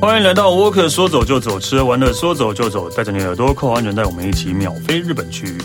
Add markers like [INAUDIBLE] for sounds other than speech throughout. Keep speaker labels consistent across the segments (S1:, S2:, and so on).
S1: 欢迎来到沃克，说走就走，吃喝玩乐说走就走，带着你的耳朵扣好安全带，我们一起秒飞日本去。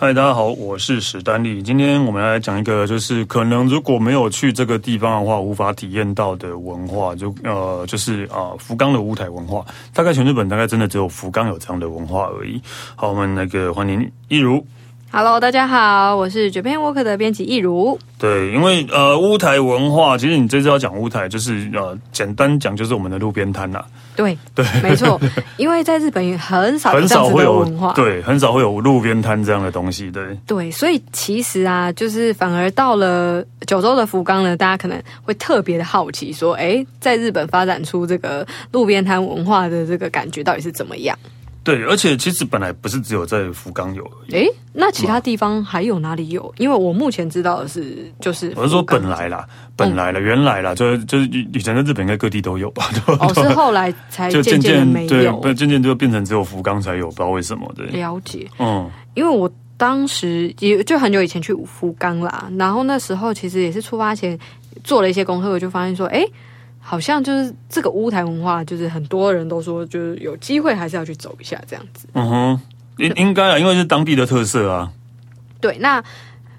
S1: 嗨，大家好，我是史丹利。今天我们来讲一个，就是可能如果没有去这个地方的话，无法体验到的文化，就呃，就是啊、福冈的舞台文化。大概全日本大概真的只有福冈有这样的文化而已。好，我们那个欢迎一如。
S2: Hello，大家好，我是 Japan Walker 的编辑易如。
S1: 对，因为呃，乌台文化，其实你这次要讲乌台，就是呃，简单讲就是我们的路边摊啦，
S2: 对
S1: [LAUGHS]
S2: 对，没错，因为在日本很少有
S1: 很
S2: 这样
S1: 少
S2: 子
S1: 会
S2: 的
S1: 有
S2: 文化，
S1: 对，很少会有路边摊这样的东西，对，
S2: 对所以其实啊，就是反而到了九州的福冈呢，大家可能会特别的好奇，说，哎，在日本发展出这个路边摊文化的这个感觉到底是怎么样？
S1: 对，而且其实本来不是只有在福冈有而已，
S2: 哎，那其他地方还有哪里有？因为我目前知道的是，就是
S1: 我是说
S2: 福冈
S1: 本来啦，本来啦，原来啦，就是就是以以前在日本应该各地都有吧， [LAUGHS] 对吧
S2: 哦，是后来才
S1: [LAUGHS] 就
S2: 渐
S1: 渐
S2: 渐的
S1: 渐
S2: 没
S1: 对，
S2: 有
S1: 不渐渐就变成只有福冈才有，不知道为什么，对，
S2: 了解。
S1: 嗯，
S2: 因为我当时也就很久以前去五福冈啦，然后那时候其实也是出发前做了一些功课，我就发现说，哎，好像就是这个乌台文化，就是很多人都说，就是有机会还是要去走一下这样子。
S1: 嗯哼，应应该啊，因为是当地的特色啊，
S2: 对，那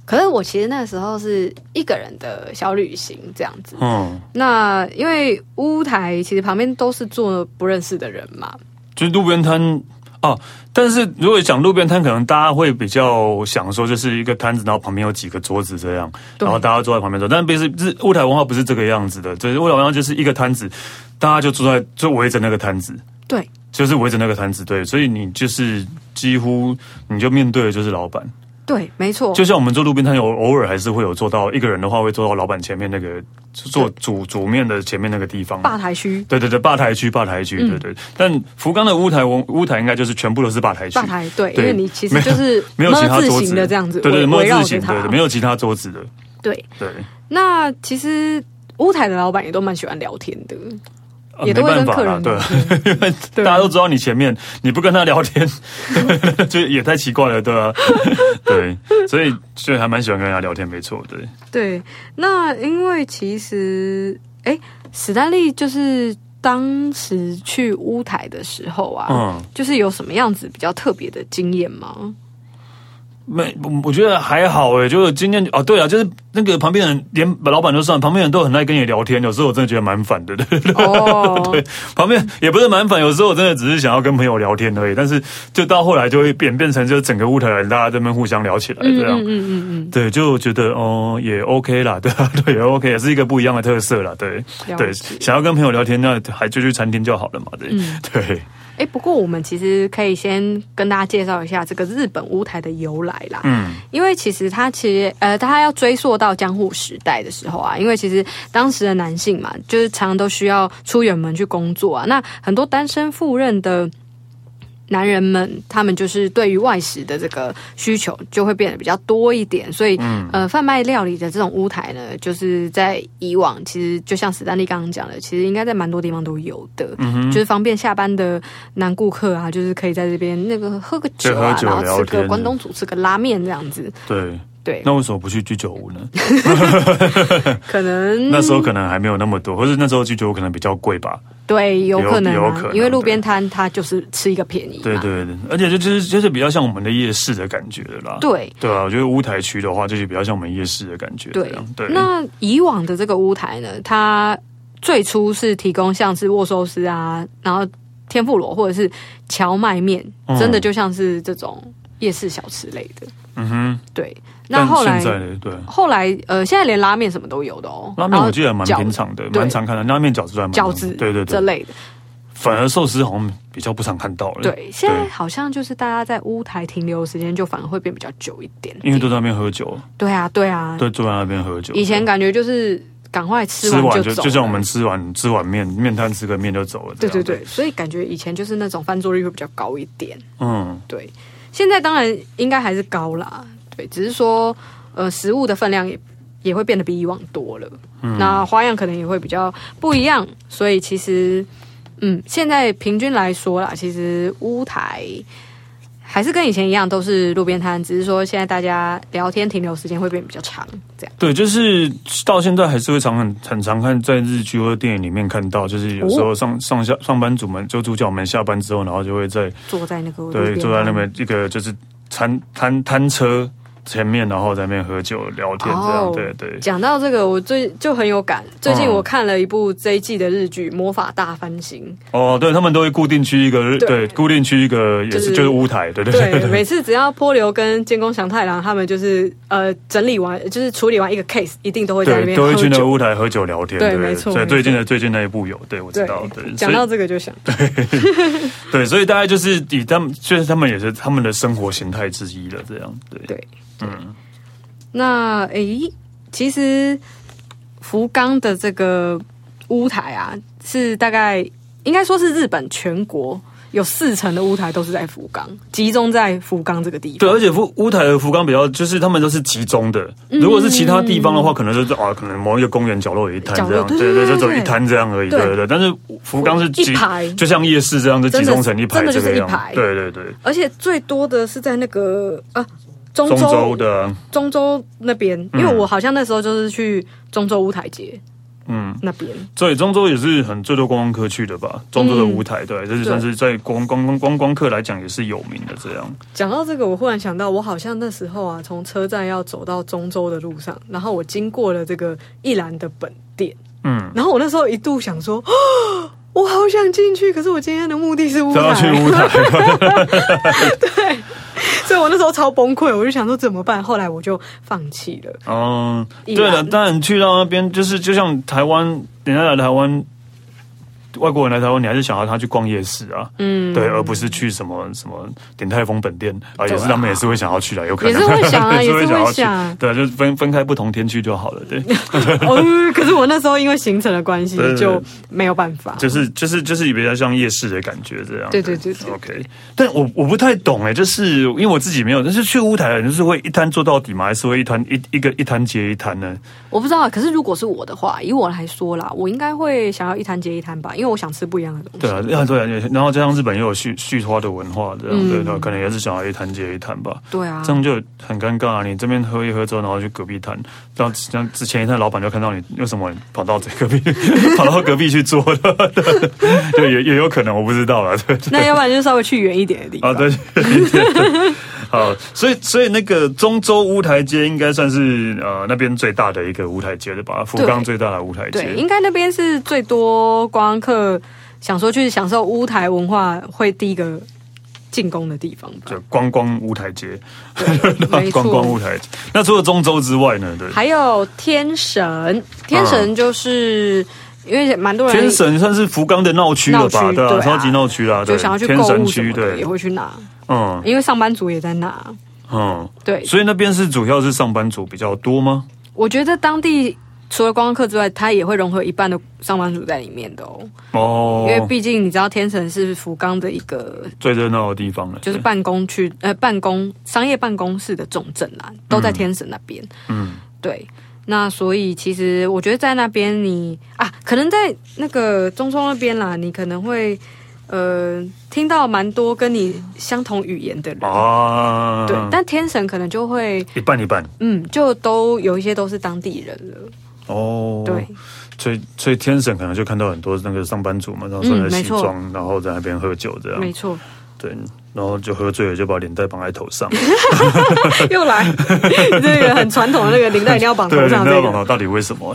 S2: 可是我其实那时候是一个人的小旅行这样子。
S1: 嗯，
S2: 那因为乌台其实旁边都是坐不认识的人嘛，
S1: 就是路边摊哦。但是如果讲路边摊，可能大家会比较想说，就是一个摊子，然后旁边有几个桌子这样，
S2: 对
S1: 然后大家坐在旁边坐。但不是日乌台文化不是这个样子的，就是乌台文化就是一个摊子，大家就坐在就围着那个摊子，
S2: 对，
S1: 就是围着那个摊子，对，所以你就是几乎你就面对的就是老板。
S2: 对，没错，
S1: 就像我们做路边摊，有偶尔还是会有做到一个人的话，会做到老板前面那个做煮煮面的前面那个地方嘛。
S2: 吧台区，
S1: 对对对，吧台区，吧台区，
S2: 嗯
S1: 对对。但福冈的乌台文乌台应该就是全部都是吧台区，
S2: 吧台对，
S1: 对
S2: 因为你其实就是
S1: 没有其他
S2: 字
S1: 桌子
S2: 形的这样子，
S1: 对对，
S2: 围
S1: 没
S2: 围
S1: 有
S2: 绕
S1: 字
S2: 着
S1: 形，
S2: 它
S1: 对对，没有其他桌子的，
S2: 对，
S1: 对。
S2: 那其实乌台的老板也都蛮喜欢聊天的，
S1: 呃
S2: 也
S1: 没
S2: 都会
S1: 办
S2: 跟
S1: 法
S2: 客
S1: 啦，
S2: 人
S1: 对
S2: 聊，天。
S1: 大家都知道你前面，你不跟他聊天， [LAUGHS] 就也太奇怪了，对啊， [LAUGHS] 对，所以所以还蛮喜欢跟人家聊天，没错，对，
S2: 对，那因为其实，哎，史丹利就是当时去乌台的时候啊，
S1: 嗯，
S2: 就是有什么样子比较特别的经验吗？
S1: 没，我我觉得还好诶，就是今天哦，对啊，就是那个旁边人连老板都算，旁边人都很爱跟你聊天，有时候我真的觉得蛮烦 [LAUGHS] 的，对
S2: 哦，
S1: [LAUGHS] 旁边也不是蛮烦，有时候我真的只是想要跟朋友聊天而已，但是就到后来就会演变成就是整个乌台人大家这边互相聊起来
S2: 嗯
S1: 这样。
S2: 嗯嗯嗯
S1: 对，就觉得哦、也 OK 啦，对啊，对也 OK，也是一个不一样的特色啦，对
S2: 嗯，
S1: 对，
S2: 了解。
S1: 想要跟朋友聊天，那还就去餐厅就好了嘛，对、
S2: 嗯
S1: 对，
S2: 哎，不过我们其实可以先跟大家介绍一下这个日本乌台的由来啦。
S1: 嗯
S2: 因为其实他其实呃，他要追溯到江户时代的时候啊，因为其实当时的男性嘛，就是常常都需要出远门去工作啊。那很多单身赴任的男人们，他们就是对于外食的这个需求就会变得比较多一点，所以、
S1: 嗯
S2: 呃，贩卖料理的这种屋台呢，就是在以往其实就像史丹利刚刚讲的，其实应该在蛮多地方都有的，
S1: 嗯
S2: 就是方便下班的男顾客啊，就是可以在这边那个喝个酒
S1: 就喝
S2: 啊，
S1: 酒
S2: 然后吃
S1: 聊天
S2: 个关东煮，吃个拉面这样子。
S1: 对。
S2: 对，
S1: 那为什么不去居酒屋呢？
S2: 嗯可能
S1: 那时候可能还没有那么多，或者那时候居酒屋可能比较贵吧。
S2: 对，有可能、啊，
S1: 有可能
S2: 因为路边摊它就是吃一个便宜嘛。
S1: 对对对，而且就就是就是比较像我们的夜市的感觉了啦。
S2: 对
S1: 对啊，我觉得乌台区的话，就是比较像我们夜市的感觉这
S2: 对
S1: 样。对，
S2: 那以往的这个乌台呢，它最初是提供像是握寿司啊，然后天妇罗或者是荞麦面，
S1: 嗯
S2: 真的就像是这种夜市小吃类的。
S1: 嗯哼，
S2: 对，那
S1: 但
S2: 后来
S1: 现在的对
S2: 后来呃，现在连拉面什么都有的哦，
S1: 拉
S2: 然
S1: 面
S2: 后
S1: 我记得蛮
S2: 饺
S1: 平常的，
S2: 对
S1: 蛮常看的。拉面饺子都还蛮
S2: 饺子
S1: 对对
S2: 这
S1: 对，
S2: 类的。
S1: 反而寿司好像比较不常看到了。，
S2: 对，现在好像就是大家在乌台停留的时间就反而会变比较久一点
S1: 因为都在那边喝酒，
S2: 对啊，对啊，
S1: 对，坐在那边喝酒。
S2: 以前感觉就是赶快吃
S1: 吃完
S2: 就
S1: 就
S2: 走
S1: 就像
S2: 了
S1: 我们吃完吃完面面摊吃个面就走了。这
S2: 对
S1: 样
S2: 对对，，所以感觉以前就是那种翻桌率会比较高一点。
S1: 嗯，
S2: 对，现在当然应该还是高啦，对，只是说呃食物的分量也也会变
S1: 嗯
S2: 得比以往多了，那花样可能也会比较不一样，所以其实嗯，现在平均来说啦，其实乌台还是跟以前一样，都是路边摊，只是说现在大家聊天停留时间会变比较长，这样。
S1: 对，就是到现在还是会常很很常看在日剧或者电影里面看到，就是有
S2: 哦
S1: 时候上、上下上班族们就主角们下班之后，然后就会在
S2: 坐在那个路
S1: 对
S2: 边
S1: 坐在那
S2: 摊
S1: 边一个就是摊摊摊车前面，然后在那边喝酒聊天这样，
S2: 哦
S1: 对对。
S2: 讲到这个，我最就很有感。最近
S1: 嗯
S2: 我看了一部这一季的日剧《魔法大翻新
S1: 哦，对他们都会固定去一个
S2: 对
S1: 对固定去一个也
S2: 就是是
S1: 就是舞台，对》，对
S2: 对，
S1: 对
S2: 每次只要波流跟监工祥太郎他们就是呃整理完，就是处理完一个 case，一定都会在那
S1: 对，
S2: 边
S1: 都
S2: 喝
S1: 会去那个
S2: 酒。
S1: 舞台喝酒聊天，
S2: 对
S1: 对
S2: 没
S1: 对。
S2: 错
S1: 所以
S2: 没
S1: 最近
S2: 错
S1: 的最近那一部有，对我知
S2: 对
S1: 道，对。，所
S2: 讲
S1: 以
S2: 到这个就想，
S1: 对，所以大概就是以他们，就是他们也是他们的生活形态之一了，这样对。
S2: 对那诶，其实福冈的这个乌台啊，是大概应该说是日本全国有四成的乌台都是在福冈，集中在福冈这个地方。
S1: 对，而且福乌台的福冈比较，就是他们都是集中的。
S2: 嗯
S1: 如果是其他地方的话，可能就是啊，可能某一个公园角落有一摊这样，
S2: 角落对
S1: 对
S2: 对
S1: 就
S2: 对
S1: 只有一摊这样而已，
S2: 对
S1: 对对对。但是福冈是集
S2: 一排
S1: 就像夜市这样，就集中成一排
S2: 真的
S1: 这
S2: 真的就是
S1: 个
S2: 一
S1: 样
S2: 排。
S1: 对对对，
S2: 而且最多的是在那个啊中
S1: 中州嗯
S2: 州
S1: 的，
S2: 中州那边，因为我好像那时候就是去中州乌台街
S1: 嗯，
S2: 那边，
S1: 所以中州也是很最多观光客去的吧？中州的
S2: 嗯
S1: 舞台，对，就是算是在观光观光光客来讲也是有名的这样。
S2: 讲到这个，我忽然想到，我好像那时候啊，从车站要走到中州的路上，然后我经过了这个一兰的本店，
S1: 嗯，
S2: 然后我那时候一度想说， [GASPS] 哦我好想进去，可是我今天的目的是乌
S1: 都要去
S2: 台，
S1: 乌台，
S2: [LAUGHS] 所以我那时候超崩溃，我就想说怎么办？后来我就放弃
S1: [LAUGHS]
S2: 了。
S1: 嗯，
S2: 宜
S1: 对了，
S2: 兰
S1: 当然去到那边，就是就像台湾，人家来台湾，外国人来台湾，你还是想要他去逛夜市啊，
S2: 嗯，
S1: 对，而不是去什么什么鼎泰丰本店啊，也
S2: 对
S1: 是
S2: 啊
S1: 他们也是会想要去的，有可能
S2: 也是会
S1: [LAUGHS]
S2: 想啊也是会
S1: 要去
S2: 想
S1: 对，啊就是分分开不同天去就好了，
S2: [LAUGHS]
S1: 对，
S2: 哦，可是我那时候因为行程的关系
S1: 对对对
S2: 就没有办法。
S1: 就是就是就是比较像夜市的感觉这样，
S2: 对对对对
S1: OK，但我我不太懂哎，就是因为我自己没有，但是去乌台的人就是会一摊做到底吗？还是会一摊一一个一摊接一摊呢？
S2: 我不知道，可是如果是我的话，以我来说啦，我应该会想要一摊接一摊吧，因为我想吃不一样的
S1: [LAUGHS]
S2: 东西。
S1: 对啊，啊对啊，然后加上日本也有续续花的文化，这样、
S2: 嗯
S1: 对，那可能也是想要一摊接一摊吧，
S2: 对啊
S1: 这，样就很尴尬、啊。你这边喝一喝之后，然后去隔壁摊，这样这样之前一摊老板就看到你为什么跑到这隔壁， [LAUGHS] 跑到隔壁去做的， [LAUGHS] 对对，也也有可能，我不知道啊，对
S2: 那要不然就稍微去远一点的地方。
S1: [LAUGHS] 啊对。 [LAUGHS] 好，所以所以那个中州乌台街应该算是呃那边最大的一个乌台街了吧？福冈
S2: 对
S1: 最大的乌台
S2: 对，
S1: 街
S2: 应，该那边是最多观光客想说去享受乌台文化会第一个进攻的地方吧。
S1: 就观光乌台街， [LAUGHS]
S2: 没错
S1: 观光乌台街。那除了中州之外呢？对，
S2: 还有天神，天神就是、因为蛮多人
S1: 天神算是福冈的闹区了吧？
S2: 闹区
S1: 对
S2: 对
S1: 啊，
S2: 啊
S1: 超级闹区啦，对
S2: 就想要去
S1: 天
S2: 购
S1: 神
S2: 物什
S1: 区，
S2: 么的，
S1: 对
S2: 也，会去那，
S1: 嗯
S2: 因为上班族也在那。
S1: 嗯，
S2: 对，
S1: 所以那边是主要是上班族比较多吗？
S2: 我觉得当地除了观光客之外，它也会融合一半的上班族在里面的哦，
S1: 哦
S2: 因，为毕竟你知道天神是福冈的一个
S1: 最热闹的地方了，
S2: 就是
S1: 对
S2: 办公区呃办公商业办公室的重镇啦，都在天神那边。
S1: 嗯，
S2: 对，那所以其实我觉得在那边你啊，可能在那个中冲那边啦，你可能会呃听到蛮多跟你相同语言的人。
S1: 啊，
S2: 对，但天神可能就会，
S1: 一半一半
S2: 嗯，就都有一些都是当地人了，
S1: 哦，
S2: 对，，
S1: 所以所以天神可能就看到很多那个上班族嘛，然后穿着
S2: 嗯没
S1: 西
S2: 错
S1: 装，然后在那边喝酒这
S2: 没
S1: 样，
S2: 错，
S1: 对，然后就喝醉了就把领带绑在头上，[LAUGHS]
S2: 又来这个很传统的那个领带一定要绑头
S1: 对，领
S2: 上
S1: 带
S2: 这
S1: 绑头
S2: 个。
S1: 到底为什么？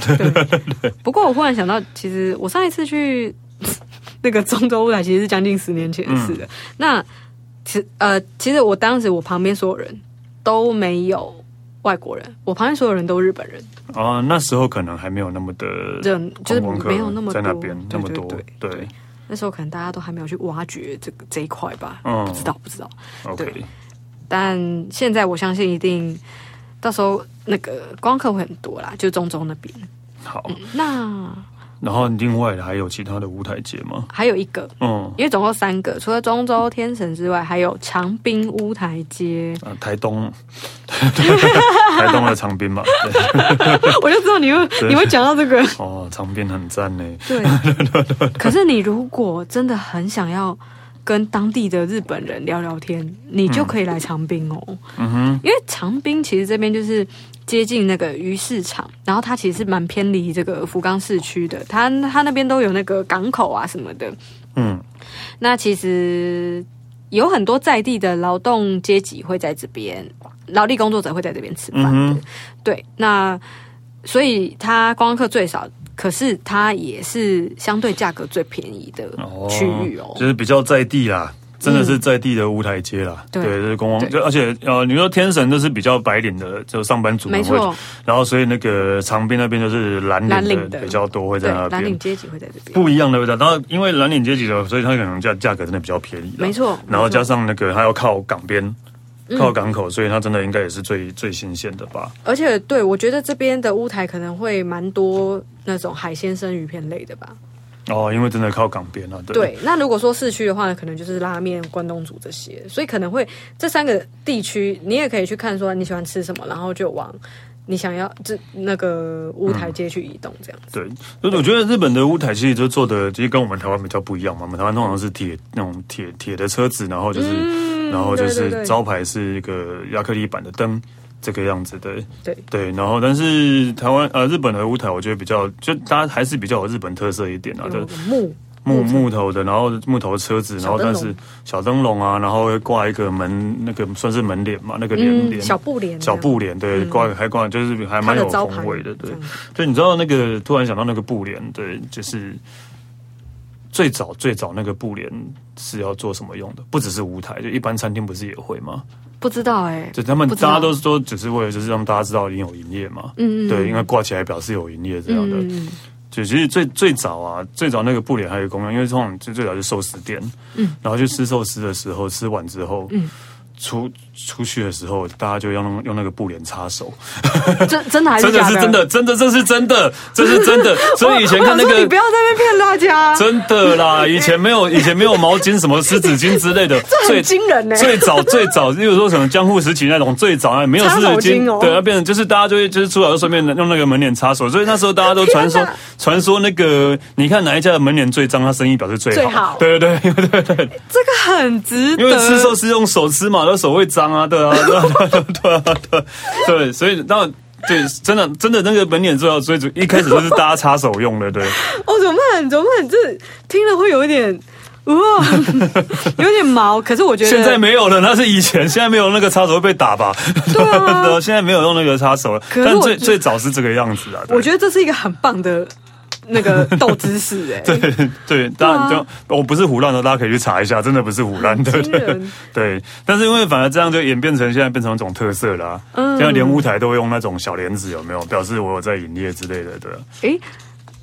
S2: 不过我忽然想到，其实我上一次去 [LAUGHS] 那个中州舞台，其实是将近十年前的
S1: 嗯
S2: 事了。那其呃，其实我当时我旁边所有人都没有外国人，我旁边所有人都日本人，
S1: 啊，那时候可能还没有那么的
S2: 人就是
S1: 观光客
S2: 没有那么
S1: 在
S2: 多
S1: 那边那
S2: 对
S1: 么
S2: 对
S1: 多
S2: 对，
S1: 对，
S2: 那时候可能大家都还没有去挖掘这个这一块吧，
S1: 嗯
S2: 不知道不知道。
S1: ，OK，
S2: 但现在我相信一定嗯到时候那个观光客会很多啦，就中州那边。
S1: 好。
S2: 那
S1: 然后另外还有其他的舞台节吗？
S2: 还有一个，
S1: 嗯，。
S2: 因为总共三个，除了中州天神之外，还有长滨乌台街
S1: 啊，台
S2: [LAUGHS]
S1: 东，台东的长滨嘛，对，
S2: 我就知道你会你会讲到这个。
S1: 哦，长滨很赞呢。
S2: [LAUGHS] 对，可是你如果真的很想要跟当地的日本人聊聊天，你就可以来长滨哦。
S1: 嗯哼，
S2: 因为长滨其实这边就是接近那个鱼市场，然后它其实是蛮偏离这个福冈市区的，它它那边都有那个港口啊什么的。
S1: 嗯，
S2: 那其实有很多在地的劳动阶级会在这边，劳力工作者会在这边吃饭的。
S1: 嗯哼
S2: 对，那所以它观光客最少，可是它也是相对价格最便宜的
S1: 嗯
S2: 区域哦。嗯
S1: 就是比较在地啦。真的是在地的舞台街啦，
S2: 对
S1: 就是公光，
S2: 对
S1: 就而且呃，你说天神就是比较白领的，就上班族
S2: 没
S1: 们会，
S2: 错，
S1: 然后所以那个长滨那边就是蓝
S2: 蓝
S1: 领
S2: 领
S1: 的
S2: 的
S1: 比较多，会
S2: 对
S1: 在那，
S2: 蓝领
S1: 边
S2: 阶级会在这边，
S1: 不一样的味道。然后因为蓝领阶级的，所以它可能价价格真的比较便宜啦，
S2: 没错。嗯
S1: 然后
S2: 没错
S1: 加上那个它要靠港边，靠港口，所以它真的应该也是最最新鲜的吧？
S2: 而且对我觉得这边的乌台可能会蛮多那种海鲜生鱼片类的吧。
S1: 哦，因为真的靠港边啊，对。
S2: 对，那如果说市区的话呢，可能就是拉面、关东煮这些，所以可能会这三个地区，你也可以去看说你喜欢吃什么，然后就往你想要这那个乌台
S1: 嗯
S2: 街去移动这样子。
S1: 对，所以我觉得日本的屋台其实就做的，其实跟我们台湾比较不一样嘛。我们台湾通常是铁那种铁铁的车子，然后就是、然后就
S2: 嗯对
S1: 是
S2: 对对
S1: 招牌是一个亚克力板的灯。这个样子对
S2: 对
S1: 对，然后但是台湾呃日本的舞台，我觉得比较就大家还是比较有日本特色一点啊，就
S2: 有木
S1: 木木头的，然后木头车子，然后
S2: 小
S1: 但
S2: 灯笼
S1: 是小灯笼啊，然后会挂一个门，那个算是门帘嘛，那个帘
S2: 嗯
S1: 帘
S2: 小布帘这
S1: 小
S2: 样，
S1: 布帘，对，挂还挂就是还
S2: 它
S1: 蛮
S2: 的
S1: 有
S2: 招
S1: 风
S2: 牌
S1: 味的，对
S2: 这样子。
S1: 对，你知道那个突然想到那个布帘，对，就是最早最早那个布帘是要做什么用的？不只是舞台，就一般餐厅不是也会吗？
S2: 不知道哎、
S1: 就他们
S2: 不知道
S1: 大家都是说，只是为了就是让大家知道你有营业嘛。
S2: 嗯嗯嗯
S1: 对，因为挂起来表示有营业这样的。
S2: 嗯，
S1: 就其实最最早啊，最早那个布帘还有一个功用，因为通常最最早是寿司店，
S2: 嗯，
S1: 然后去吃寿司的时候，吃完之后，
S2: 嗯。
S1: 出出去的时候，大家就要用用那个布帘擦手，
S2: 真真的还是
S1: 真的
S2: 假
S1: 是真的，真的这是真的，这是真
S2: [LAUGHS]
S1: 的。所以以前
S2: 我
S1: 看
S2: 想
S1: 那
S2: 说你
S1: 个
S2: 不要在那边骗大家，
S1: 真的啦，以前没有，以前没有毛巾、什么湿纸巾之类
S2: [LAUGHS]
S1: 的，
S2: 很惊人欸呢、
S1: 最早最早，例如说什么江户时期那种最早没有湿
S2: 擦手
S1: 纸巾，
S2: 巾哦
S1: 对，它变成就是大家就会就是出来就顺便用那个门帘擦手，所以那时候大家都传说
S2: 天哪
S1: 传说那个你看哪一家的门帘最脏，他生意表示最好，
S2: 最好
S1: 对对对，因为
S2: [LAUGHS] 这个很值得。
S1: 因为吃寿司用手吃嘛，那手会脏啊，对啊，对啊对啊对啊对啊，对，所以那。对，真的真的那个门帘最好，所以就一开始就是大家擦手用的，对。
S2: 哦，怎么办？怎么办？这听了会有一点哇， [LAUGHS] 有点毛。可是我觉得
S1: 现在没有了，那是以前，现在没有那个插手会被打吧？对 [LAUGHS]
S2: 啊
S1: 现在没有用那个插手了。
S2: 可是
S1: 但
S2: 我
S1: 最
S2: 觉得
S1: 最早是这个样子啊。对
S2: 我觉得这是一个很棒的那个斗知识、
S1: [LAUGHS]
S2: 哎，
S1: 对对，当然就我不是胡乱的，大家可以去查一下，真的不是胡乱
S2: [LAUGHS]
S1: 的。
S2: 惊
S1: 对
S2: 人
S1: 对，但是因为反而这样就演变成现在变成一种特色啦、
S2: 嗯
S1: 现在连舞台都会用那种小帘子，有没有表示我有在营业之类的？对啊，
S2: 诶，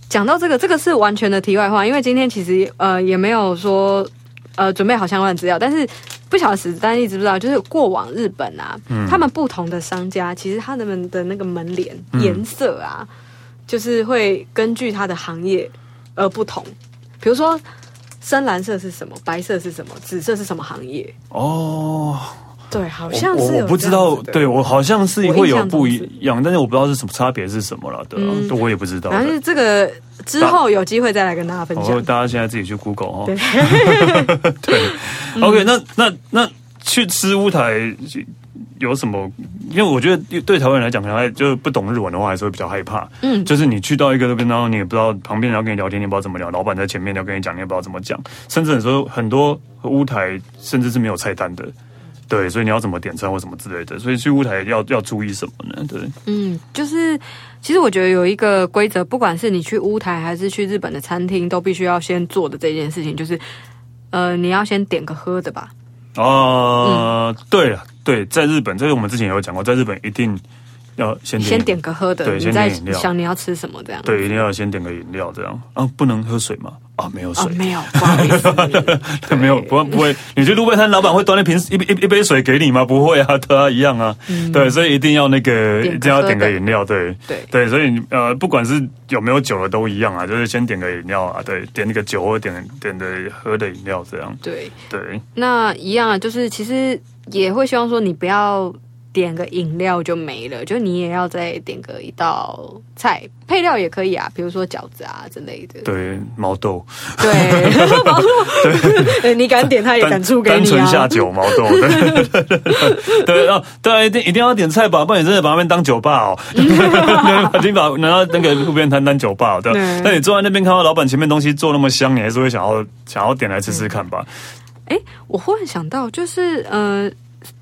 S2: 讲到这个，这个是完全的题外话，因为今天其实呃也没有说呃准备好相关的资料，但是不晓得史丹一直不知道，就是过往日本啊，
S1: 嗯
S2: 他们不同的商家其实他们的那个门帘
S1: 嗯
S2: 颜色啊，就是会根据它的行业而不同，比如说。深蓝色是什么？白色是什么？紫色是什么行业？
S1: 哦，
S2: 对，好
S1: 我
S2: 像是有
S1: 我不知
S2: 这
S1: 道
S2: 样子，的
S1: 对我好像是
S2: 我
S1: 会
S2: 印
S1: 有
S2: 象
S1: 不
S2: 中
S1: 一
S2: 是
S1: 样，但是我不知道是什么差别是什么了，对啊，
S2: 嗯
S1: 对我也不知道的。
S2: 反正这个之后有机会再来跟大家分
S1: 哦，
S2: 享。
S1: 大家现在自己去 Google 哦。[LAUGHS]
S2: 对嗯
S1: 对，OK，那那那去吃乌台有什么？因为我觉得对台湾人来讲，可能还就是不懂日文的话，还是会比较害怕。
S2: 嗯
S1: 就是你去到一个那边，然后你也不知道旁边人要跟你聊天，你也不知道怎么聊，老板在前面要跟你讲，你也不知道怎么讲，甚至有时候很多乌台甚至是没有菜单的。对，所以你要怎么点餐或什么之类的，所以去乌台要要注意什么呢？对，
S2: 嗯，就是其实我觉得有一个规则，不管是你去乌台还是去日本的餐厅，都必须要先做的这件事情，就是呃，你要先点个喝的吧。
S1: 哦、对了，对，在日本，这个我们之前也有讲过，在日本一定要先
S2: 先点个喝的，
S1: 对
S2: 你
S1: 先
S2: 再
S1: 点饮料
S2: 想你要吃什么这样。
S1: 对，一定要先点个饮料这样啊，不能喝水吗？啊，没有
S2: 哦
S1: 水，， [LAUGHS]
S2: 没有，不好意思，对
S1: 没有，不会不会，你去路边摊，老板会端一瓶一一一杯水给你吗？不会啊，对啊，一样啊，对，所以一定要那个
S2: 嗯点个
S1: 一定要
S2: 喝
S1: 点个
S2: 的
S1: 饮料，对
S2: 对
S1: 对，所以你呃，不管是有没有酒了都一样啊，就是先点个饮料啊，对，点那个酒或点点的喝的饮料这样，
S2: 对，
S1: 对，
S2: 那一样啊，就是其实也会希望说你不要点个饮料就没了，就你也要再点个一道菜，配料也可以啊，比如说饺子啊之类的。
S1: 对，毛豆，
S2: 对，毛
S1: [LAUGHS]
S2: 豆，你敢点他也敢出给
S1: 单
S2: 你
S1: 纯下
S2: 啊。
S1: 酒毛豆，对对
S2: [LAUGHS]
S1: 对对啊，对啊，一定一定要点菜吧，不然你真的把那边当酒吧
S2: [LAUGHS]
S1: 哦，你把拿到那个路边摊当酒吧哦，对啊
S2: 对。
S1: 那你坐在那边看到老板前面东西做那么香，你还是会想要想要点来吃吃看吧？
S2: 哎，我忽然想到，就是呃，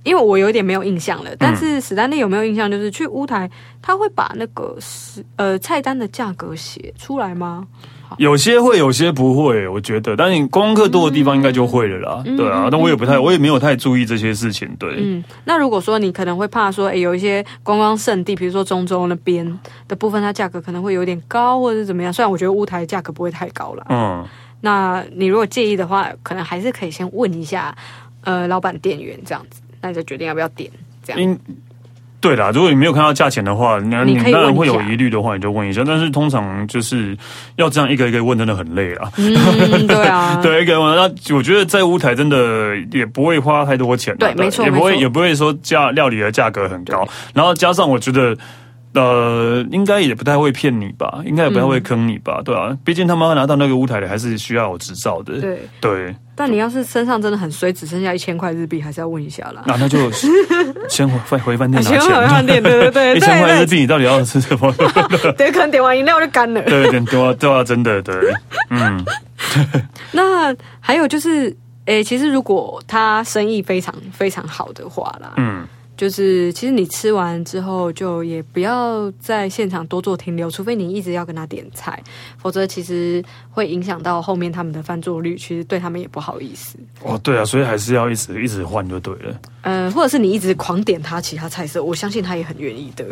S2: 因为我有点没有印象了，但是史丹利有没有印象？就是去乌台，他会把那个食呃菜单的价格写出来吗？
S1: 有些会，有些不会，我觉得。但你观光客多的
S2: 嗯
S1: 地方应该就会了啦，对啊。但我也不太，我也没有太注意这些事情，对。
S2: 嗯，那如果说你可能会怕说，哎诶有一些观光圣地，比如说中州那边的部分，它价格可能会有点高，或者是怎么样。虽然我觉得乌台价格不会太高啦，
S1: 嗯，
S2: 那你如果介意的话，可能还是可以先问一下，呃，老板店员这样子，那你就决定要不要点这样。
S1: 因对啦，如果你没有看到价钱的话，那
S2: 你
S1: 你
S2: 可以
S1: 当然
S2: 问一
S1: 会有
S2: 下
S1: 疑虑的话，你就问一下。但是通常就是要这样一个一个问，真的很累啦。
S2: 嗯，对啊，
S1: [LAUGHS] 对，一个问，那我觉得在乌台真的也不会花太多钱啦，啊
S2: 对没错
S1: 也不
S2: 没
S1: 会
S2: 错嗯
S1: 也不会说价料理的价格很高，然后加上我觉得。呃，应该也不太会骗你吧，应该也不太会坑你吧，对啊，毕竟他们要拿到那个乌台的，还是需要有执照的。
S2: 嗯对。
S1: 对，
S2: 但你要是身上真的很衰，只剩下一千块日币，还是要问一下啦。啊
S1: 那那就先回回回饭店拿
S2: [LAUGHS] 千万
S1: 钱。
S2: 饭店，对对对
S1: [LAUGHS] 一
S2: 对
S1: 千块日
S2: 对
S1: 币，你到底要吃什么？
S2: 对，对，可能点完饮料就干了。
S1: 对，有点多啊，对啊，真的对。嗯，
S2: 那还有就是，诶、其实如果他生意非常非常好的话啦，
S1: 嗯，
S2: 就是其实你吃完之后就也不要在现场多做停留，除非你一直要跟他点菜，否则其实会影响到后面他们的犯座率，其实对他们也不好意思。
S1: 哦，对啊，所以还是要一直一直换就对了。
S2: 呃，或者是你一直狂点他其他菜色，我相信他也很
S1: [LAUGHS]
S2: 愿意的。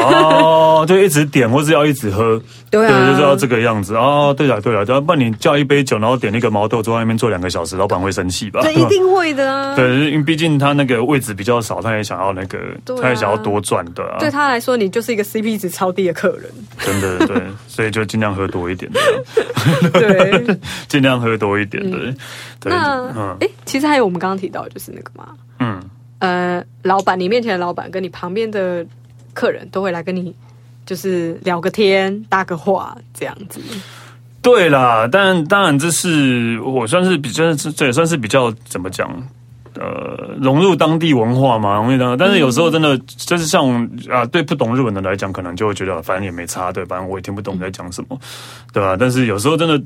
S1: 哦，就一直点，或是要一直喝，
S2: [LAUGHS] 对啊
S1: 就是要这个样子。哦，对了对了，要不然你叫一杯酒，然后点那个毛豆，坐在那边坐两个小时，老板会生气吧？
S2: 这一定会的
S1: [LAUGHS]
S2: 啊！
S1: 对，因为毕竟他那个位置比较少，他也想要那个，
S2: 对啊
S1: 他也想要多赚的啊，
S2: 对他来说，你就是一个 CP 值超低的客
S1: [LAUGHS]
S2: 人。
S1: 真的对，所以就尽量喝多一点，这样
S2: 对，
S1: [LAUGHS] 尽量喝多一点，对，对，
S2: 那
S1: 嗯
S2: 哎、其实还有我们刚刚提到，就是那个嘛，
S1: 嗯，
S2: 呃，老板，你面前的老板跟你旁边的客人都会来跟你就是聊个天、搭个话这样
S1: [LAUGHS]
S2: 子。
S1: 对啦，但当然这是我算是比较，这也算是比较怎么讲？呃，融入当地文化嘛，融入当地，但是有时候真的就是像啊，对不懂日文的来讲，可能就会觉得反正也没差，对，反正我也听不懂你在讲什么，对吧、但是有时候真的，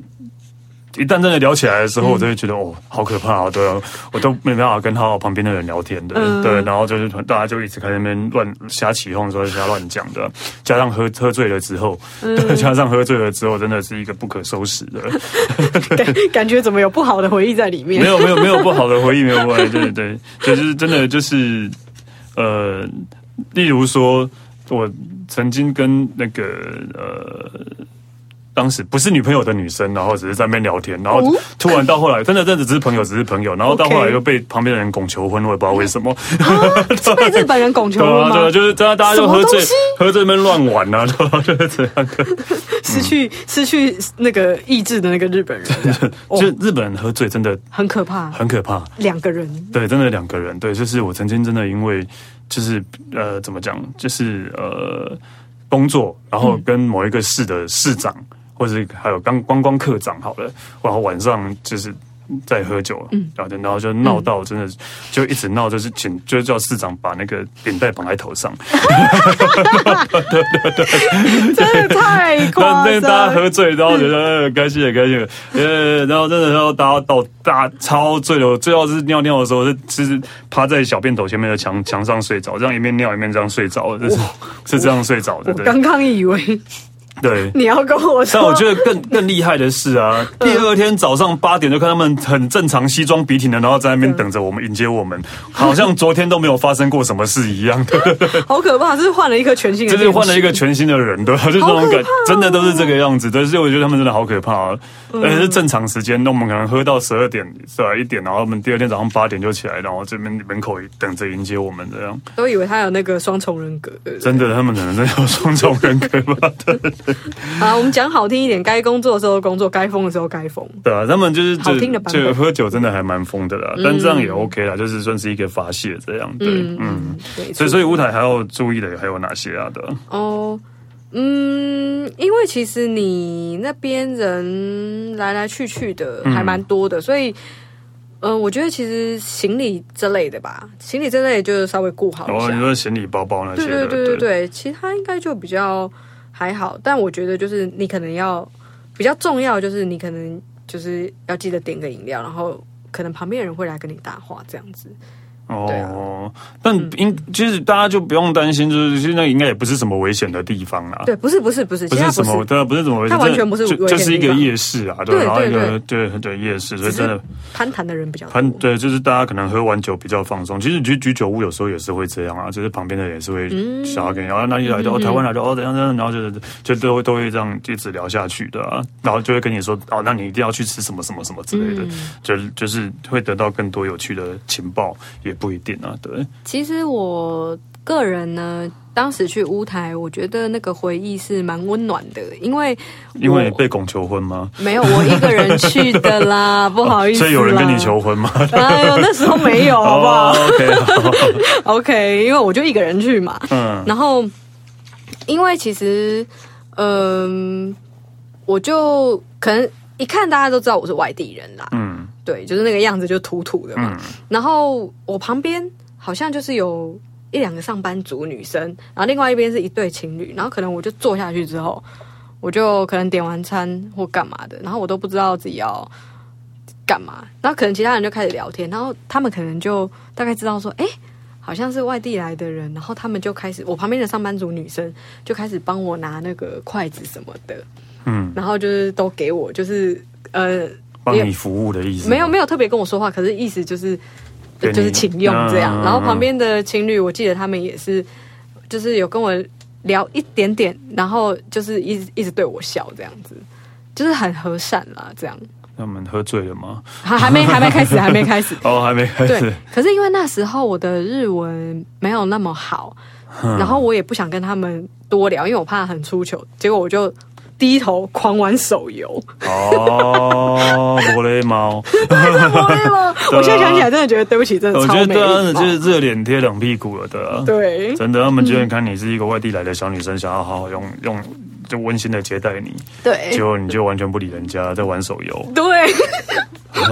S1: 一旦真的聊起来的时候，我就会觉得哦，好可怕哦，对啊，我都没办法跟他旁边的人聊天的，
S2: 嗯
S1: 对，然后就是大家就一直开始在那边乱瞎起哄，说瞎乱讲的，加上喝喝醉了之后，对，加上喝醉了之后，真的是一个不可收拾的。
S2: 感感觉怎么有不好的回忆在里
S1: 没
S2: 面？
S1: 有没有没有不好的回忆，没有不好的，对对
S2: [LAUGHS]
S1: 对，就是真的就是呃，例如说，我曾经跟那个呃。当时不是女朋友的女生，然后只是在那边聊天，然后
S2: 哦
S1: 突然到后来，真的真的只是朋友，只是朋友，然后到
S2: OK
S1: 后来又被旁边的人拱求婚，我也不知道为什
S2: [LAUGHS]
S1: 么。
S2: 是被日本人拱球
S1: 对
S2: 了
S1: 啊，
S2: 吗？
S1: 对啊，就是大家大家就
S2: 哦什么
S1: 喝醉
S2: 东西，
S1: 喝醉那边乱玩啊，对啊，就是这样。
S2: 失去失去那个意志的那个日
S1: [LAUGHS]
S2: 本人，哦
S1: 就日本人喝醉真的
S2: 很可怕。
S1: 很可怕，
S2: 两个
S1: [LAUGHS]
S2: 人，
S1: 对，真的两个人，对，就是我曾经真的因为就是呃怎么讲，就是呃工作，然后跟某一个市的市长，或者是还有刚观光客长好了，然后晚上就是。在喝酒，然后就然后就闹到真的就一直闹，就是请就叫市长把那个领带绑在头上，
S2: 真的太
S1: 但 [LAUGHS]
S2: 夸
S1: 但大家
S2: 张。
S1: 喝醉，然后觉得呃开心也开心，呃，然后真的要大家到大超醉了，我最后是尿尿的时候是是趴在小便斗前面的墙墙上睡着，这样一面尿一面这样睡着，就是是这样睡着的，
S2: 我
S1: 对
S2: 刚刚以为
S1: 对。
S2: 你要跟我说，
S1: 但我觉得更更厉害的是啊，第二天早上八点就看他们很正常西装笔挺的，然后在那边等着我们迎接我们，好像昨天都没有发生过什么事一样，
S2: 好可怕，这是换了一个全新的
S1: 就
S2: 电
S1: 是
S2: 池，
S1: 换了一个全新的人，对吧？就这
S2: 哦
S1: 种感，真的都是这个样子。对，所以我觉得他们真的好可怕啊！
S2: 嗯
S1: 而且是正常时间，那我们可能喝到十二点是吧？一点，然后我们第二天早上八点就起来，然后这边门口等着迎接我们这样。
S2: 都以为他有那个双重人格。对不对
S1: 真的，他们可能真的有双重人格吧？对
S2: 啊，我们讲好听一点，该工作的时候工作，该疯的时候该疯。
S1: 对啊，他们就是
S2: 好听的版本嗯
S1: 就喝酒真的还蛮疯的啦，但这样也 OK 啦，就是算是一个发泄这样。对，嗯，
S2: 对，
S1: 所以所以舞台还要注意的还有哪些啊？对啊。
S2: 哦，嗯，因为其实你那边人来来去去的还蛮多的，所以。嗯、我觉得其实行李这类的吧，行李这类就稍微顾好
S1: 然
S2: 一
S1: 后
S2: 下。
S1: 哦你说行李包包那些
S2: 对对
S1: 的，
S2: 对对对，其他应该就比较还好，但我觉得就是你可能要比较重要，就是你可能就是要记得点个饮料，然后可能旁边的人会来跟你搭话这样子。对啊
S1: 哦，但应其实大家就不用担心，就是现在应该也不是什么危险的地方啦。
S2: 对，不是不是不是，
S1: 啊不
S2: 其他
S1: 是
S2: 不
S1: 什么，
S2: 是，
S1: 对啊，不是什么危险，
S2: 它完全不是
S1: 就
S2: 危险的地方
S1: 就是一个夜市啊，对吧，然
S2: 对
S1: 后一个
S2: 对
S1: 对对夜市，所以
S2: 只
S1: 真
S2: 是
S1: 的
S2: 攀谈的人比较多。
S1: 很对，就是大家可能喝完酒比较放松。其实你去居酒屋有时候也是会这样啊，就是旁边的人也是会
S2: 嗯
S1: 想要跟你聊，那一来就哦台湾来就哦怎样怎样，然后就就都会都会这样一直聊下去的啊，然后就会跟你说哦，那你一定要去吃什么什么什么之类的，
S2: 嗯
S1: 就就是会得到更多有趣的情报，也不一定啊，对，
S2: 其实我个人呢，当时去乌台，我觉得那个回忆是蛮温暖的，因为
S1: 因为
S2: 我
S1: 被拱求婚吗？
S2: 没有我一个人去的
S1: [LAUGHS]
S2: 啦，不好意思啦，
S1: 所以有人跟你求哦婚吗？
S2: 哎呦，那时候没有， [LAUGHS] 好不好、
S1: o k 好，
S2: o k 因为我就一个人去嘛。
S1: 嗯，
S2: 然后，因为其实，嗯、我就可能一看大家都知道我是外地人啦，
S1: 嗯，
S2: 对，就是那个样子就土土的嘛。
S1: 嗯
S2: 然后我旁边好像就是有一两个上班族女生，然后另外一边是一对情侣，然后可能我就坐下去之后，我就可能点完餐或干嘛的，然后我都不知道自己要。干嘛？然后可能其他人就开始聊天，然后他们可能就大概知道说，哎、好像是外地来的人，然后他们就开始，我旁边的上班族女生就开始帮我拿那个筷子什么的，
S1: 嗯，
S2: 然后就是都给我，就是呃，
S1: 帮你服务的意思吗，
S2: 没有没有特别跟我说话，可是意思就是
S1: 给你
S2: 就是请用这样。
S1: 嗯
S2: 然后旁边的情侣，我记得他们也是，就是有跟我聊一点点，然后就是一直一直对我笑这样子，就是很和善啦，这样。
S1: 他们喝醉了吗？
S2: 还还没还没开始，还没开始。
S1: 哦，还没开 [LAUGHS]
S2: 对
S1: 始，，
S2: 可是因为那时候我的日文没有那么好，
S1: 嗯
S2: 然后我也不想跟他们多聊，因为我怕很出糗。结果我就低头狂玩手
S1: [LAUGHS]
S2: 游，
S1: 哦，我勒
S2: [LAUGHS]
S1: 猫，
S2: 我现在想起来真的觉得对不起，真的
S1: 啊我
S2: 超
S1: 觉
S2: 没
S1: 得对
S2: 礼
S1: 啊，
S2: 貌。
S1: 就是热脸贴冷屁股了，对啊，
S2: 对，
S1: 真的，他们觉得看你是一个外地来的小女生，想要好好用用就温馨的接待你，
S2: 对
S1: 结果你就完全不理人家，在玩手游，
S2: 对， [LAUGHS]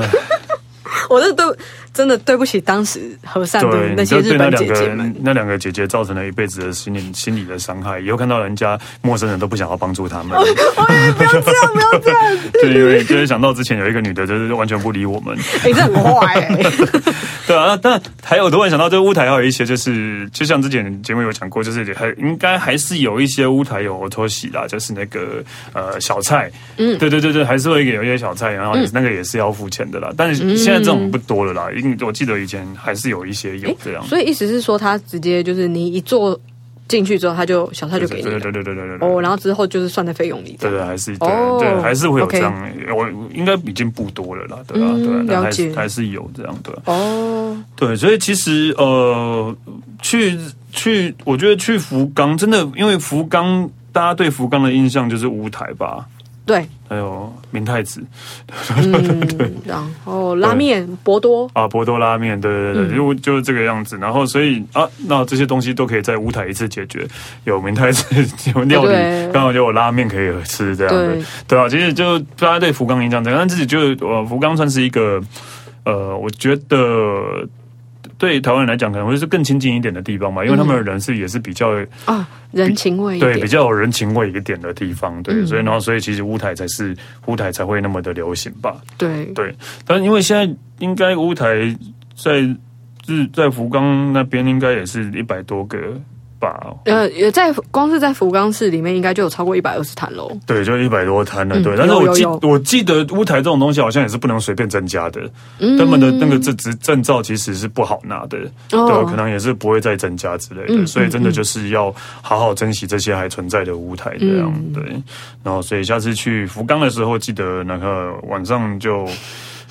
S2: 我这对真的对不起当时和善的
S1: 对，
S2: 那
S1: 你
S2: 些
S1: 就对
S2: 日
S1: 那
S2: 本
S1: 两
S2: 姐姐
S1: 个
S2: 们。
S1: 那两个姐姐造成了一辈子的心理心理的伤害，以后看到人家陌生人都不想要帮助他们，
S2: 哎，不要这样，不要这样， [LAUGHS]
S1: 对，因为就是想到之前有一个女的，就是完全不理我们，
S2: 你这很坏哎。
S1: [LAUGHS] 对啊，但还有突然想到，这个乌台还有一些，就是就像之前节目有讲过，就是还应该还是有一些乌台有托喜啦，就是那个呃小菜，嗯，对对对对，还是会有一些小菜，然后
S2: 嗯
S1: 也是、那个也是要付钱的啦。但是现在这种不多了啦，因为我记得以前还是有一些有这样，
S2: 所以意思是说，他直接就是你一坐进去之后，他就小菜就
S1: 对
S2: 给你
S1: 对
S2: 了
S1: 对对对对对。
S2: 哦，然后之后就是算在费用里这
S1: 对嗯对，
S2: 样。
S1: 还是对
S2: 哦
S1: 对，还是会有
S2: OK
S1: 这样，我应该已经不多了啦，对啊，
S2: 嗯
S1: 对啊，但还
S2: 了
S1: 是
S2: 解
S1: 还是有这样，对啊。
S2: 哦，
S1: 对，所以其实呃，去去，我觉得去福冈真的，因为福冈大家对福冈的印象就是乌台吧，
S2: 对，
S1: 还有明太子 [LAUGHS]
S2: 嗯，然后拉面博多，
S1: 啊，博多拉面，对对
S2: 嗯
S1: 对，就、就是这个样子。然后所以啊，那这些东西都可以在乌台一次解决，有明太子， [LAUGHS] 有料
S2: 对
S1: 理，刚好就有拉面可以吃，这样的
S2: 对，
S1: 对啊，其实就大家对福冈印象这样，但自己就呃，福冈算是一个呃，我觉得。对台湾人来讲，可能会是更亲近一点的地方嘛，因为他们的人是也是比较
S2: 啊，人情味嗯一
S1: 对，比
S2: 点。嗯
S1: 较有人情味一点的地方，对，所以然后所以其实乌台才是乌台才会那么的流行吧，
S2: 对，
S1: 对。但因为现在应该乌台在日在福冈那边应该也是一百多个吧？
S2: 呃，也在光是在福冈市里面，应该就有超过一百二十摊喽。
S1: 对，就一百多摊了，
S2: 嗯
S1: 对。
S2: 有
S1: 但是我记
S2: 有有
S1: 我记得乌台这种东西好像也是不能随便增加的，
S2: 嗯
S1: 他们的那个证执证照其实是不好拿的，
S2: 哦
S1: 对啊，可能也是不会再增加之类的。
S2: 嗯
S1: 所以真的就是要好好珍惜这些还存在的乌台这样，
S2: 嗯
S1: 对。然后所以下次去福冈的时候，记得那个晚上就。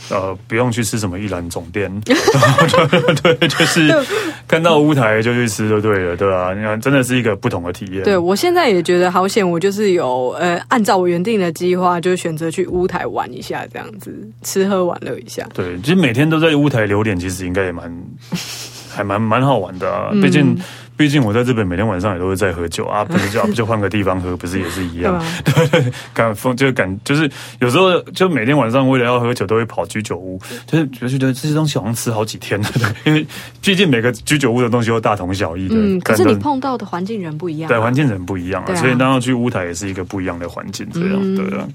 S1: 呃，不用去吃什么一兰总
S2: [LAUGHS]
S1: 店，对，就是看到乌台就去吃就对了，对吧、啊？你看，真的是一个不同的体验。
S2: 对，我现在也觉得好险，我就是有呃，按照我原定的计划，就是选择去乌台玩一下，这样子吃喝玩乐一下。
S1: 对，其实每天都在乌台留脸，其实应该也蛮，还蛮蛮好玩的
S2: 嗯
S1: 啊。毕竟，毕竟我在日本每天晚上也都是在喝酒啊，不是就、啊、
S2: [LAUGHS]
S1: 不就换个地方喝，不是也是一
S2: 对啊
S1: 样
S2: 吧？？
S1: [LAUGHS] 感风就感就是有时候就每天晚上为了要喝酒，都会跑居酒屋，就是就觉得这些东西好像吃好几天了，对，因为毕竟每个居酒屋的东西都大同小异的。
S2: 嗯，可是
S1: 但
S2: 你
S1: 都
S2: 碰到的环境人不一样
S1: 对，
S2: 啊、
S1: 环境人不一样啊，
S2: 对啊
S1: 所以当然去乌台也是一个不一样的环境，这样、对啊。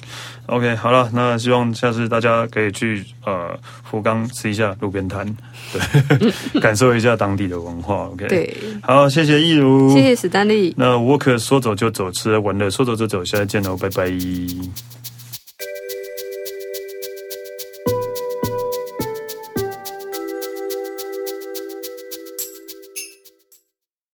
S1: OK，好了，那希望下次大家可以去呃福冈吃一下路边摊，对，感受一下当地的文化。OK，，
S2: 对，
S1: 好，谢谢易如，
S2: 谢谢史丹利。
S1: 哦那我可说走就走，吃了玩了，说走就走，下次见喽，拜拜。